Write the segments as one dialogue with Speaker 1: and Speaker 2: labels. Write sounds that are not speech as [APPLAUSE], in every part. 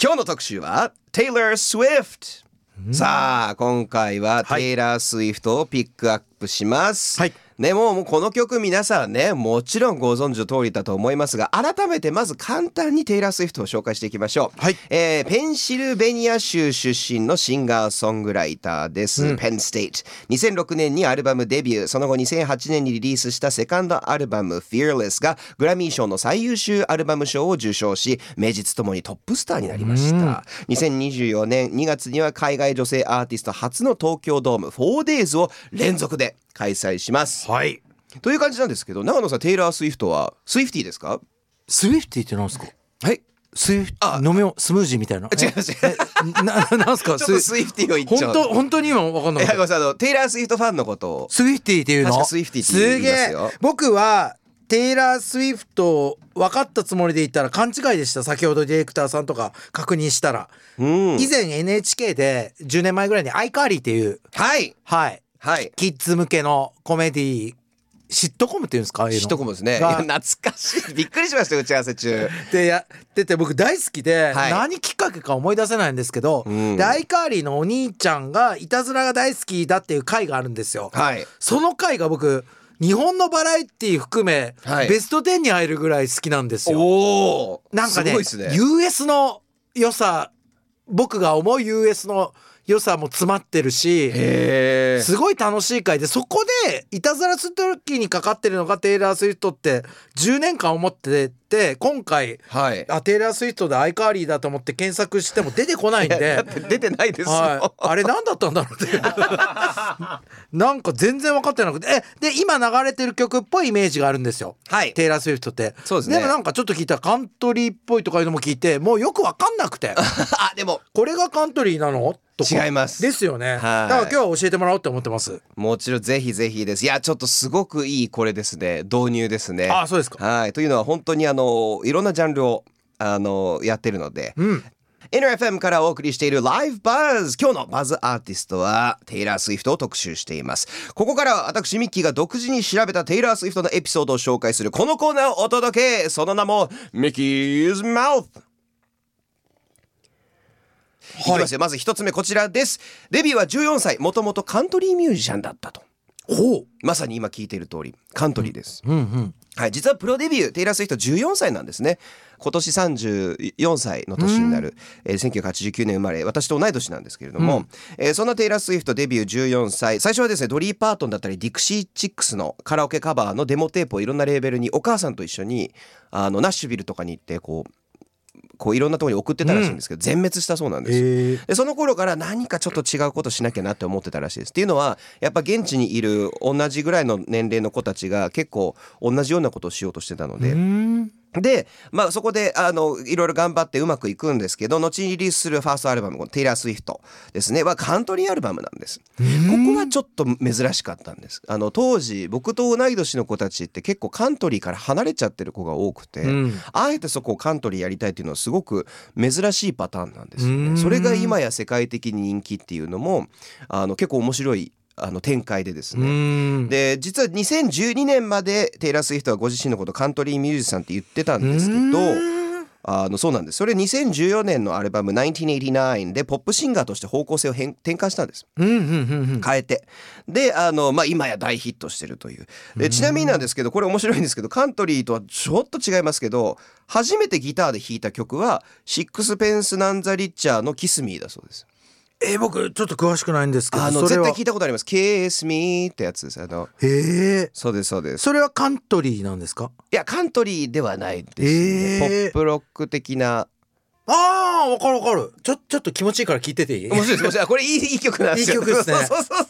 Speaker 1: 今日の特集は Taylor Swift、さあ今回は
Speaker 2: はい
Speaker 1: テイラー・スウィフトをピックアップします、
Speaker 2: はい
Speaker 1: ねもうもうこの曲皆さんねもちろんご存知の通りだと思いますが改めてまず簡単にテイラー・スウィフトを紹介していきましょう、
Speaker 2: はい
Speaker 1: えーペンシルベニア州出身のシンガーソングライターです、ペンステイト2006年にアルバムデビューその後2008年にリリースしたセカンドアルバム Fearless がグラミー賞の最優秀アルバム賞を受賞し名実ともにトップスターになりました、2024年2月には海外女性アーティスト初の東京ドーム 4days を連続で開催します
Speaker 2: はい
Speaker 1: という感じなんですけど長野さんテイラー・スウィフトはスイフティーですか
Speaker 3: スウィフティってなんですか
Speaker 1: はい
Speaker 3: スイフ
Speaker 1: あ
Speaker 3: 飲みよスムージーみたいな
Speaker 1: 違う違う
Speaker 3: うななんす
Speaker 1: [LAUGHS]
Speaker 3: か
Speaker 1: ちょっとスイフティーを言っ
Speaker 3: 本
Speaker 1: ちゃう
Speaker 3: 当本当に今わかんない
Speaker 1: やごめんなさいあのテイラー・スウィフトファンのことを
Speaker 3: スウィフティっていうの
Speaker 1: 確かスイフティって言
Speaker 3: す
Speaker 1: い
Speaker 3: げ
Speaker 1: ます
Speaker 3: え
Speaker 1: よ
Speaker 3: 僕はテイラー・スウィフト分かったつもりでいたら勘違いでした先ほどディレクターさんとか確認したら、
Speaker 1: うん
Speaker 3: 以前 NHK で10年前ぐらいに「アイカーリー」っていう
Speaker 1: はい
Speaker 3: はい
Speaker 1: はい
Speaker 3: キッズ向けのコメディシットコムっていうんですかああいうの
Speaker 1: 一言もですねいや
Speaker 3: が
Speaker 1: 懐かしいびっくりしましたよ打ち合わせ中
Speaker 3: でやってて僕大好きで、
Speaker 1: はい
Speaker 3: 何きっかけか思い出せないんですけど、
Speaker 1: ん
Speaker 3: でアイカーリーのお兄ちゃんがいたずらが大好きだっていう回があるんですよ。
Speaker 1: はい
Speaker 3: その回が僕日本のバラエティ含め、
Speaker 1: はい
Speaker 3: ベスト10に入るぐらい好きなんですよ。
Speaker 1: おお
Speaker 3: なんか
Speaker 1: す
Speaker 3: ね
Speaker 1: ごいですね
Speaker 3: US の良さ僕が思う US の良さも詰まってるし。
Speaker 1: へー
Speaker 3: すごい楽しい回でそこでいたずらする時にかかってるのがテイラー・スウィフトって10年間思ってて今回
Speaker 1: はい
Speaker 3: あテイラー・スウィフトでアイカーリーだと思って検索しても出てこないんで
Speaker 1: だって出てないですよ、
Speaker 3: はい、あれ何だったんだろ
Speaker 1: [LAUGHS]
Speaker 3: うってなんか全然分かってなくてえで今流れてる曲っぽいイメージがあるんですよ、
Speaker 1: はい
Speaker 3: テイラー・スウィフトって
Speaker 1: そうですね
Speaker 3: もなんかちょっと聞いたらカントリーっぽいとかいうのも聞いてもうよく分かんな
Speaker 1: [LAUGHS]
Speaker 3: くて
Speaker 1: [LAUGHS] あでも
Speaker 3: これがカントリーなのとか
Speaker 1: 違います
Speaker 3: ですよ
Speaker 1: は
Speaker 3: ねだ
Speaker 1: い
Speaker 3: から今日は教えてもらおうって思ってます
Speaker 1: もちろんぜひぜひですいやちょっとすごくいいこれですね導入ですね
Speaker 3: あそうですか
Speaker 1: はいというのは本当にあのいろんなジャンルをあのやってるので、
Speaker 3: うん
Speaker 1: NRFM からお送りしている Live Buzz 今日のバズアーティストはテイラー・スウィフトを特集していますここからは私ミッキーが独自に調べたテイラー・スウィフトのエピソードを紹介するこのコーナーをお届けその名もミッキーズ・マウスいきますよまず一つ目こちらですデビューは14歳もともとカントリーミュージシャンだったと
Speaker 3: ほう
Speaker 1: まさに今聞いている通りカントリーです、
Speaker 3: うんうん
Speaker 1: はい、実はプロデビューテイラー・スウィフト14歳なんですね今年34歳の年になる、えー1989年生まれ私と同い年なんですけれども、えーそんなテイラー・スウィフトデビュー14歳最初はですねドリー・パートンだったりディクシー・チックスのカラオケカバーのデモテープをいろんなレーベルにお母さんと一緒にあのナッシュビルとかに行ってこうこういろんなところに送ってたらしいんですけど、全滅したそうなんですよ。
Speaker 3: え
Speaker 1: でその頃から何かちょっと違うことしなきゃなって思ってたらしいです。っていうのはやっぱ現地にいる同じぐらいの年齢の子たちが結構同じようなことをしようとしてたので。で、まあ、そこであのいろいろ頑張ってうまくいくんですけど後にリリースするファーストアルバムこの「テイラー・スウィフト」ですねはカントリーアルバムなんです。ここはちょっと珍しかったんです。あの当時僕と同い年の子たちって結構カントリーから離れちゃってる子が多くて、
Speaker 3: うん
Speaker 1: あえてそこをカントリーやりたいっていうのはすごく珍しいパターンなんですよ
Speaker 3: うー
Speaker 1: ね。
Speaker 3: ん
Speaker 1: それが今や世界的に人気っていうのもあの結構面白いあの展開でです
Speaker 3: う
Speaker 1: ね。
Speaker 3: ん
Speaker 1: で実は2012年までテイラー・スウィフトはご自身のことカントリーミュージシャンって言ってたんですけど。あのそうなんですそれ2014年のアルバム「1989」でポップシンガーとして方向性を変転換したんです
Speaker 3: うんうんうんうん
Speaker 1: 変えてであの、まあ、今や大ヒットしてるというでちなみになんですけどこれ面白いんですけどカントリーとはちょっと違いますけど初めてギターで弾いた曲は「シックスペンス・ナン・ザ・リッチャー」の「キス・ミー」だそうです
Speaker 3: えー僕ちょっと詳しくないんですけど
Speaker 1: あの
Speaker 3: それ
Speaker 1: 絶
Speaker 3: は
Speaker 1: 対聞いたことあります「キス・ミー」ってやつですあの
Speaker 3: へえ
Speaker 1: そうですそうです
Speaker 3: それはカントリーなんですか
Speaker 1: いやカントリーではないですね、
Speaker 3: えー
Speaker 1: ポップロック的な
Speaker 3: ああわかるわかるちょちょっと気持ちいいから聞いてていい
Speaker 1: 面白いです面白いこれいいいい曲なんですよ
Speaker 3: いい曲ですね
Speaker 1: そうそうそう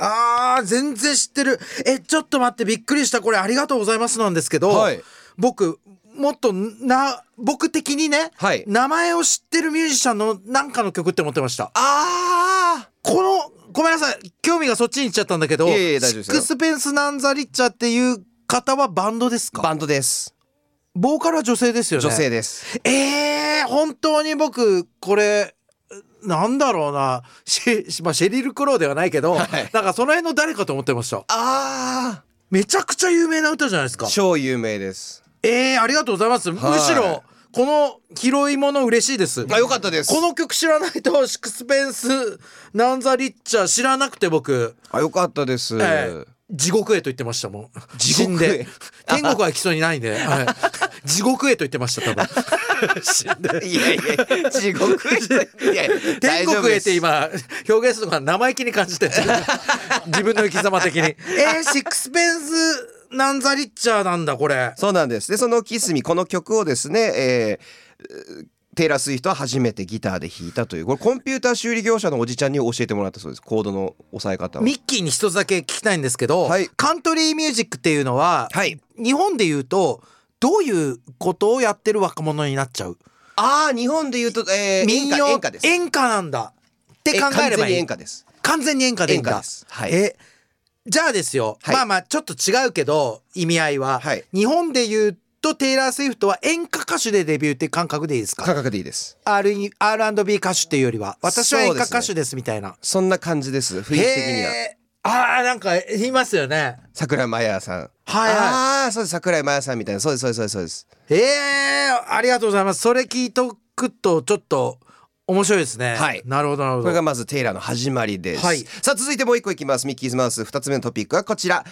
Speaker 3: [LAUGHS] あー全然知ってるえちょっと待ってびっくりしたこれありがとうございますなんですけど、
Speaker 1: はい
Speaker 3: 僕もっとな僕的にね、
Speaker 1: はい
Speaker 3: 名前を知ってるミュージシャンのなんかの曲って思ってました
Speaker 1: ああ
Speaker 3: このごめんなさい興味がそっちに行っちゃったんだけど
Speaker 1: いえいえ大丈夫です
Speaker 3: シ
Speaker 1: よ
Speaker 3: ックスペンス・ナンザ・リッチャーっていう方はバンドですか
Speaker 1: バンドです
Speaker 3: ボーカルは女性ですよね
Speaker 1: 女性です、
Speaker 3: えー、本当に僕これなんだろうなシェ,、まあ、シェリル・クローではないけど、
Speaker 1: はい
Speaker 3: なんかその辺の誰かと思ってました
Speaker 1: あ
Speaker 3: めちゃくちゃ有名な歌じゃないですか
Speaker 1: あ超有名です
Speaker 3: えー、ありがとうございます、
Speaker 1: はい
Speaker 3: むしろこの拾いもの嬉しいです
Speaker 1: あよかったです
Speaker 3: この曲知らないとシックスペンスナンザリッチャー知らなくて僕、
Speaker 1: あよかったです、
Speaker 3: ええ地獄へと言ってましたもん
Speaker 1: 地獄へ
Speaker 3: 死んで天国は行きそうにないんで、はい、地獄へと言ってまし
Speaker 1: [LAUGHS]
Speaker 3: た多分死んで
Speaker 1: いやいや地獄へいや
Speaker 3: [LAUGHS] 天国へって
Speaker 1: 大丈夫です
Speaker 3: 今表現するのが生意気に感じて [LAUGHS] 自分の生き様的にえー、シックスペンスナンザリッチャーなんだこれ
Speaker 1: そうなんですでその「キスミこの曲をですね、えーテイラー・スウィフトは初めてギターで弾いたというこれコンピューター修理業者のおじちゃんに教えてもらったそうですコードの押さえ方を
Speaker 3: ミッキーに一つだけ聞きたいんですけど、
Speaker 1: はい
Speaker 3: カントリーミュージックっていうのは、
Speaker 1: はい
Speaker 3: 日本で言うとどういうことをやってる若者になっちゃう
Speaker 1: ああ日本で言うと、えー、
Speaker 3: 民謡
Speaker 1: 演歌演歌です
Speaker 3: 演歌なんだって考えればい
Speaker 1: え完全に
Speaker 3: い
Speaker 1: 演歌です
Speaker 3: 完全に演歌でいいんだ
Speaker 1: 演歌ですはい
Speaker 3: えじゃあですよ、
Speaker 1: はい
Speaker 3: まあまあちょっと違うけど意味合いは、
Speaker 1: はい
Speaker 3: 日本で言うとテイラー・スウィフトは演歌歌手でデビューって感覚でいいです
Speaker 1: 価
Speaker 3: か
Speaker 1: 格でいいです
Speaker 3: Rに ?R&B 歌手っていうよりは私は演歌歌手ですみたいな。
Speaker 1: そんな感じです雰囲気的には
Speaker 3: へーあーなんか言いますよね。
Speaker 1: 桜井麻也さん
Speaker 3: はいはい
Speaker 1: ああそうです桜井麻也さんみたいなそうですそうですそうですそう
Speaker 3: ええありがとうございます。それ聞いとくとちょっと面白いですね。
Speaker 1: はい
Speaker 3: なるほどなる
Speaker 1: です
Speaker 3: ほ
Speaker 1: これ
Speaker 3: ど
Speaker 1: が。まずテイラーの始まりです、
Speaker 3: はい
Speaker 1: さあ続いてもう一個いきますミッキーズマウス二つ目のトピックはこちら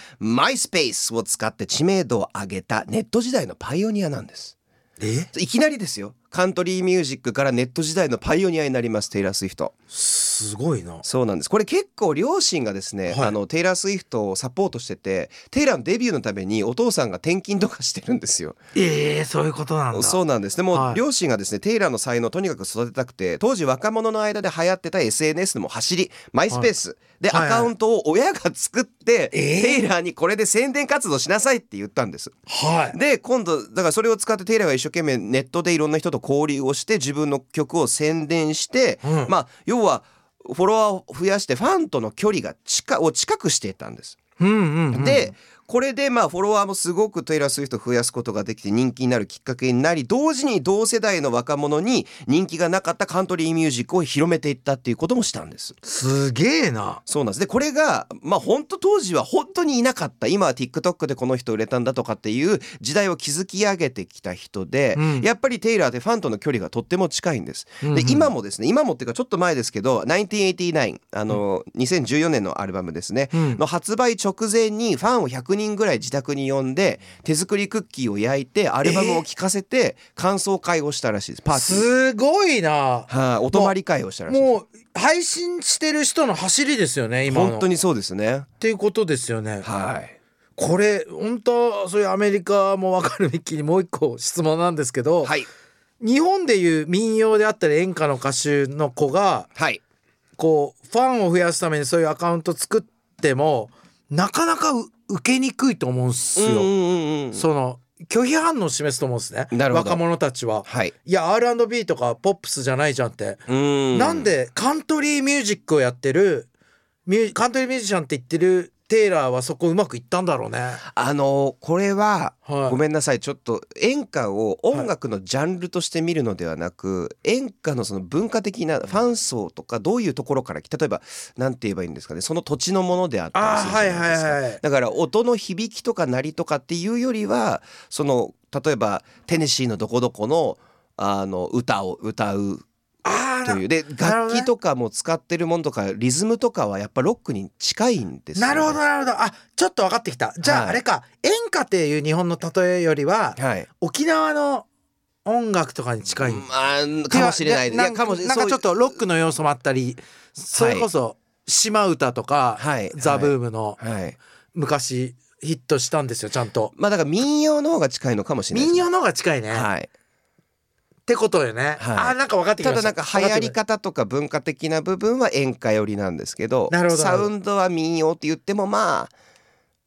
Speaker 1: MySpace を使って知名度を上げたネット時代のパイオニアなんです
Speaker 3: え
Speaker 1: いきなりですよカントリーミュージックからネット時代のパイオニアになりますテイラー・スウィフト
Speaker 3: すごいな。
Speaker 1: そうなんですこれ結構両親がですね、
Speaker 3: はい
Speaker 1: あのテイラー・スウィフトをサポートしててテイラーのデビューのためにお父さんが転勤とかしてるんですよ
Speaker 3: ええそういうことなんだ。
Speaker 1: そうなんですでも、
Speaker 3: はい
Speaker 1: 両親がですねテイラーの才能をとにかく育てたくて当時若者の間で流行ってた SNS のも走りマイスペースで
Speaker 3: はい
Speaker 1: ア
Speaker 3: は
Speaker 1: カ
Speaker 3: い
Speaker 1: ウントを親が作って、
Speaker 3: えー
Speaker 1: テイラーにこれで宣伝活動しなさいって言ったんです
Speaker 3: はい。
Speaker 1: で今度だからそれを使ってテイラーが一生懸命ネットでいろんな人と交流をして自分の曲を宣伝して、
Speaker 3: うん
Speaker 1: まあ要はフォロワーを増やしてファンとの距離が近を近くしていったんです。
Speaker 3: うんうん、うん。
Speaker 1: で、これでまあフォロワーもすごくテイラー・スウィフトを増やすことができて人気になるきっかけになり同時に同世代の若者に人気がなかったカントリーミュージックを広めていったっていうこともしたんです。
Speaker 3: すげえな。
Speaker 1: そうなんですでこれがまあ本当当時は本当にいなかった今は TikTok でこの人売れたんだとかっていう時代を築き上げてきた人で、
Speaker 3: うん
Speaker 1: やっぱりテイラーってファンとの距離がとっても近いんです。
Speaker 3: うんう
Speaker 1: で
Speaker 3: ん
Speaker 1: 今もですね今もっていうかちょっと前ですけど1989あの、2014年のアルバムですね、
Speaker 3: うん
Speaker 1: の発売直前にファンを100人ぐらい自宅に呼んで手作りクッキーを焼いてアルバムを聴かせて感想会をしたらしいですパーティー。
Speaker 3: すごいな。
Speaker 1: はい、お泊まり会をしたらしいです。
Speaker 3: もう配信してる人の走りですよね今の。
Speaker 1: 本当にそうですね。
Speaker 3: っていうことですよね。
Speaker 1: はい。
Speaker 3: これ本当そういうアメリカもわかるミッキーにもう一個質問なんですけど、
Speaker 1: はい。
Speaker 3: 日本でいう民謡であったり演歌の歌手の子が
Speaker 1: はい。
Speaker 3: こうファンを増やすためにそういうアカウント作ってもなかなかう受けにくいと思うんす
Speaker 1: うん
Speaker 3: よ、
Speaker 1: うんうん
Speaker 3: その拒否反応を示すと思うんですね
Speaker 1: なるほど
Speaker 3: 若者たちは。
Speaker 1: はい。
Speaker 3: いや R&B とかポップスじゃないじゃんって、
Speaker 1: うん
Speaker 3: なんでカントリーミュージックをやってるミューカントリーミュージシャンって言ってるテイラーはそこうまくいったんだろうね。
Speaker 1: あのこれは、
Speaker 3: はい
Speaker 1: ごめんなさいちょっと演歌を音楽のジャンルとして見るのではなく、演歌のその文化的なファン層とかどういうところから来例えばなんて言えばいいんですかねその土地のものであったり
Speaker 3: あ
Speaker 1: す
Speaker 3: ー
Speaker 1: るじ
Speaker 3: はい
Speaker 1: ゃ
Speaker 3: は
Speaker 1: ないですか、
Speaker 3: いはい。
Speaker 1: だから音の響きとか鳴りとかっていうよりはその例えばテネシーのどこどこのあの歌を歌う
Speaker 3: あ
Speaker 1: と
Speaker 3: あ
Speaker 1: いうで
Speaker 3: なる
Speaker 1: 楽
Speaker 3: ほどね
Speaker 1: 器とかも使ってるものとかリズムとかはやっぱロックに近いんですよ
Speaker 3: な
Speaker 1: ね
Speaker 3: るほどなるほどあちょっと分かってきたじゃあ、
Speaker 1: はい
Speaker 3: あれか演歌っていう日本の例えよりは
Speaker 1: はい
Speaker 3: 沖縄の音楽とかに近い、
Speaker 1: まあかもしれない
Speaker 3: で
Speaker 1: い
Speaker 3: は
Speaker 1: や
Speaker 3: ん
Speaker 1: かもしれ
Speaker 3: なんかちょっ
Speaker 1: そう
Speaker 3: とロックの要素もあったりそれこそ島歌とか、
Speaker 1: はい
Speaker 3: ザ・ブームの
Speaker 1: はい
Speaker 3: 昔ヒットしたんですよちゃんと
Speaker 1: まあだから民謡の方が近いのかもしれないです
Speaker 3: 民
Speaker 1: ね
Speaker 3: 謡の方が近いね、
Speaker 1: はい
Speaker 3: ってことよね、
Speaker 1: はい
Speaker 3: あなんか分かってき
Speaker 1: た
Speaker 3: ま
Speaker 1: だ
Speaker 3: し
Speaker 1: な
Speaker 3: た
Speaker 1: んか流行り方とか文化的な部分は演歌寄りなんですけど
Speaker 3: なるほど
Speaker 1: サウンドは民謡って言ってもまあ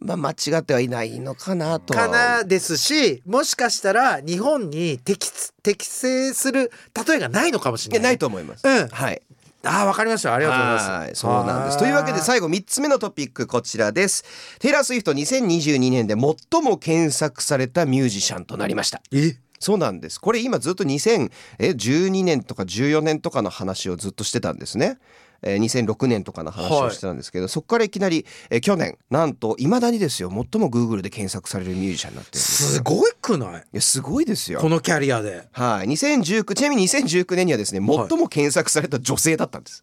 Speaker 1: まあ間違ってはいないのかなとは
Speaker 3: かなですしもしかしたら日本に適適正する例えがないのかもし
Speaker 1: い
Speaker 3: れ
Speaker 1: や
Speaker 3: な
Speaker 1: ないいと思います、
Speaker 3: うん
Speaker 1: はい
Speaker 3: あーわかりましたありがとうござい
Speaker 1: は
Speaker 3: ま
Speaker 1: い
Speaker 3: す
Speaker 1: そうなんです。というわけで最後3つ目のトピックこちらです。テイラー・スウィフト2022年で最も検索されたミュージシャンとなりました。
Speaker 3: え
Speaker 1: そうなんです。これ今ずっと2012年とか14年とかの話をずっとしてたんですね。えー2006年とかの話をしてたんですけど、そこからいきなり、えー去年なんといまだにですよ最も Google で検索されるミュージシャンになってるんです
Speaker 3: すごいくない
Speaker 1: いやすごいですよ
Speaker 3: このキャリアで
Speaker 1: はい、2019ちなみに2019年にはですね
Speaker 3: はい
Speaker 1: 最も検索された女性だったんです。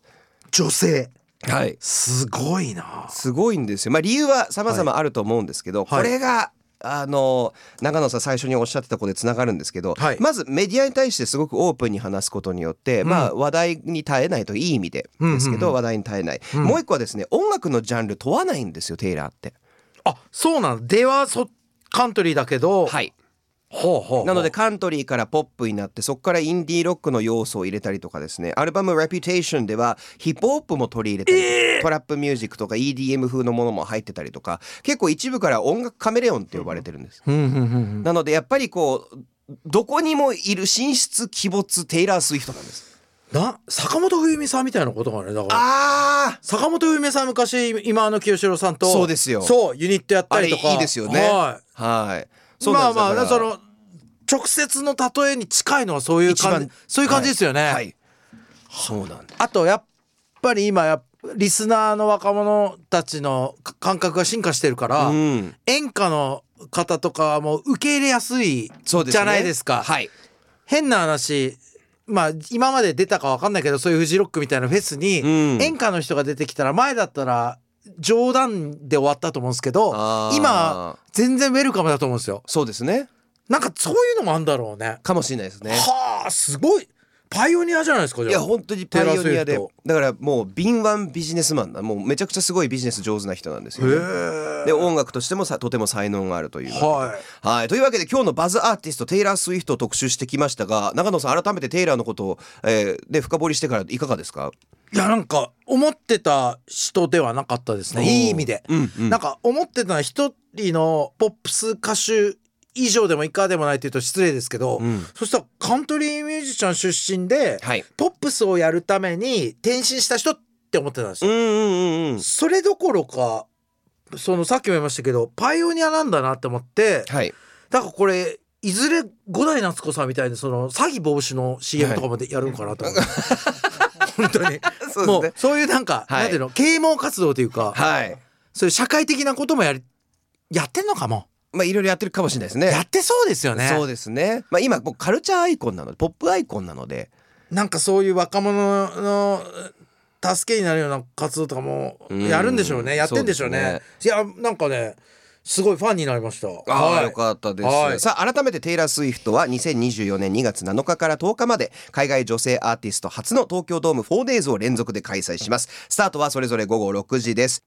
Speaker 3: 女性
Speaker 1: はい、
Speaker 3: すごいな
Speaker 1: すごいんですよ。まあ理由は様々あると思うんですけど、
Speaker 3: はい
Speaker 1: これがあの長野さん最初におっしゃってたことでつながるんですけど、
Speaker 3: はい
Speaker 1: まずメディアに対してすごくオープンに話すことによって、まあ話題に耐えないといい意味でですけど、
Speaker 3: うんうんうん
Speaker 1: 話題に耐えない、
Speaker 3: うん
Speaker 1: もう一個はですね音楽のジャンル問わないんですよテイラーって。
Speaker 3: あそうなのではそカントリーだけど
Speaker 1: はい、
Speaker 3: ほうほうほう
Speaker 1: なのでカントリーからポップになってそこからインディーロックの要素を入れたりとかですねアルバム「Reputation」ではヒップホップも取り入れたりとか、トラップミュージックとか EDM 風のものも入ってたりとか結構一部から音楽カメレオンって呼ばれてるんです。
Speaker 3: うんうんうん
Speaker 1: なのでやっぱりこうどこにもいる神出鬼没テイラー・スウィフトなんです。
Speaker 3: な坂本冬美さんみたいなことがねだから
Speaker 1: あー
Speaker 3: 坂本冬美さん昔今の清志郎さんと
Speaker 1: そうですよ
Speaker 3: そうユニットやったりとか
Speaker 1: あれいいですよね
Speaker 3: は
Speaker 1: はい。
Speaker 3: いまあ
Speaker 1: だ
Speaker 3: まあ
Speaker 1: か
Speaker 3: そ
Speaker 1: ら
Speaker 3: の直接の例えに近いのはそういう感
Speaker 1: 一
Speaker 3: じそういう感じですよね、
Speaker 1: はいはいそうなんです。
Speaker 3: あとやっぱり今やっリスナーの若者たちのか感覚が進化してるから、
Speaker 1: うん、
Speaker 3: 演歌の方とかも受け入れやすい
Speaker 1: そうですね
Speaker 3: じゃないですか
Speaker 1: はい。
Speaker 3: 変な話まあ今まで出たかわかんないけどそういうフジロックみたいなフェスに
Speaker 1: うん
Speaker 3: 演歌の人が出てきたら前だったら冗談で終わったと思うんですけど
Speaker 1: あー
Speaker 3: 今全然ウェルカムだと思うんですよ
Speaker 1: そうですね。
Speaker 3: なんかそういうのもあんだろうね
Speaker 1: かもしれないですね。
Speaker 3: はあすごいパイオニアじゃないですか
Speaker 1: い
Speaker 3: じ
Speaker 1: や
Speaker 3: ゃあ
Speaker 1: 本当にパイオニア
Speaker 3: テイラースウィ
Speaker 1: で
Speaker 3: フト
Speaker 1: だからもう敏腕ビジネスマンだもうめちゃくちゃすごいビジネス上手な人なんですよ、ね、
Speaker 3: へ
Speaker 1: で音楽としてもさとても才能があるという
Speaker 3: えはい
Speaker 1: はいというわけで今日のバズアーティストテイラー・スウィフトを特集してきましたが長野さん改めてテイラーのことを、えーで深掘りしてからいかがですか
Speaker 3: いやなんか思ってた人ではなかったですね
Speaker 1: おー
Speaker 3: いい意味で、
Speaker 1: うんうん
Speaker 3: なんか思ってた一人のポップス歌手以上でも以下でもないというと失礼ですけど、
Speaker 1: うん
Speaker 3: そしたらカントリーミュージシャン出身で
Speaker 1: はい
Speaker 3: ポップスをやるために転身した人って思ってたんです
Speaker 1: うん
Speaker 3: よ、
Speaker 1: うんうんうん
Speaker 3: それどころかそのさっきも言いましたけどパイオニアなんだなって思って
Speaker 1: はい
Speaker 3: だからこれいずれ五代夏子さんみたいにその詐欺防止の CM とかまでやるのかなと思って、本当に
Speaker 1: そう
Speaker 3: も
Speaker 1: です
Speaker 3: う
Speaker 1: ね
Speaker 3: そういうなんか、
Speaker 1: はい
Speaker 3: なんていうの啓蒙活動というか、
Speaker 1: はい
Speaker 3: そういう社会的なこともやりやってんのかも、
Speaker 1: まあいろいろやってるかもしれないですね
Speaker 3: やってそうですよね
Speaker 1: そうですねまあ今もうカルチャーアイコンなのでポップアイコンなので
Speaker 3: なんかそういう若者の助けになるような活動とかも
Speaker 1: うん
Speaker 3: やるんでしょうねやってんでしょうねいやなんかねすごいファンになりました
Speaker 1: ああ、
Speaker 3: はい
Speaker 1: よかったです、
Speaker 3: はい
Speaker 1: さあ改めてテイラー・スウィフトは2024年2月7日から10日まで海外女性アーティスト初の東京ドーム 4days を連続で開催しますスタートはそれぞれ午後6時です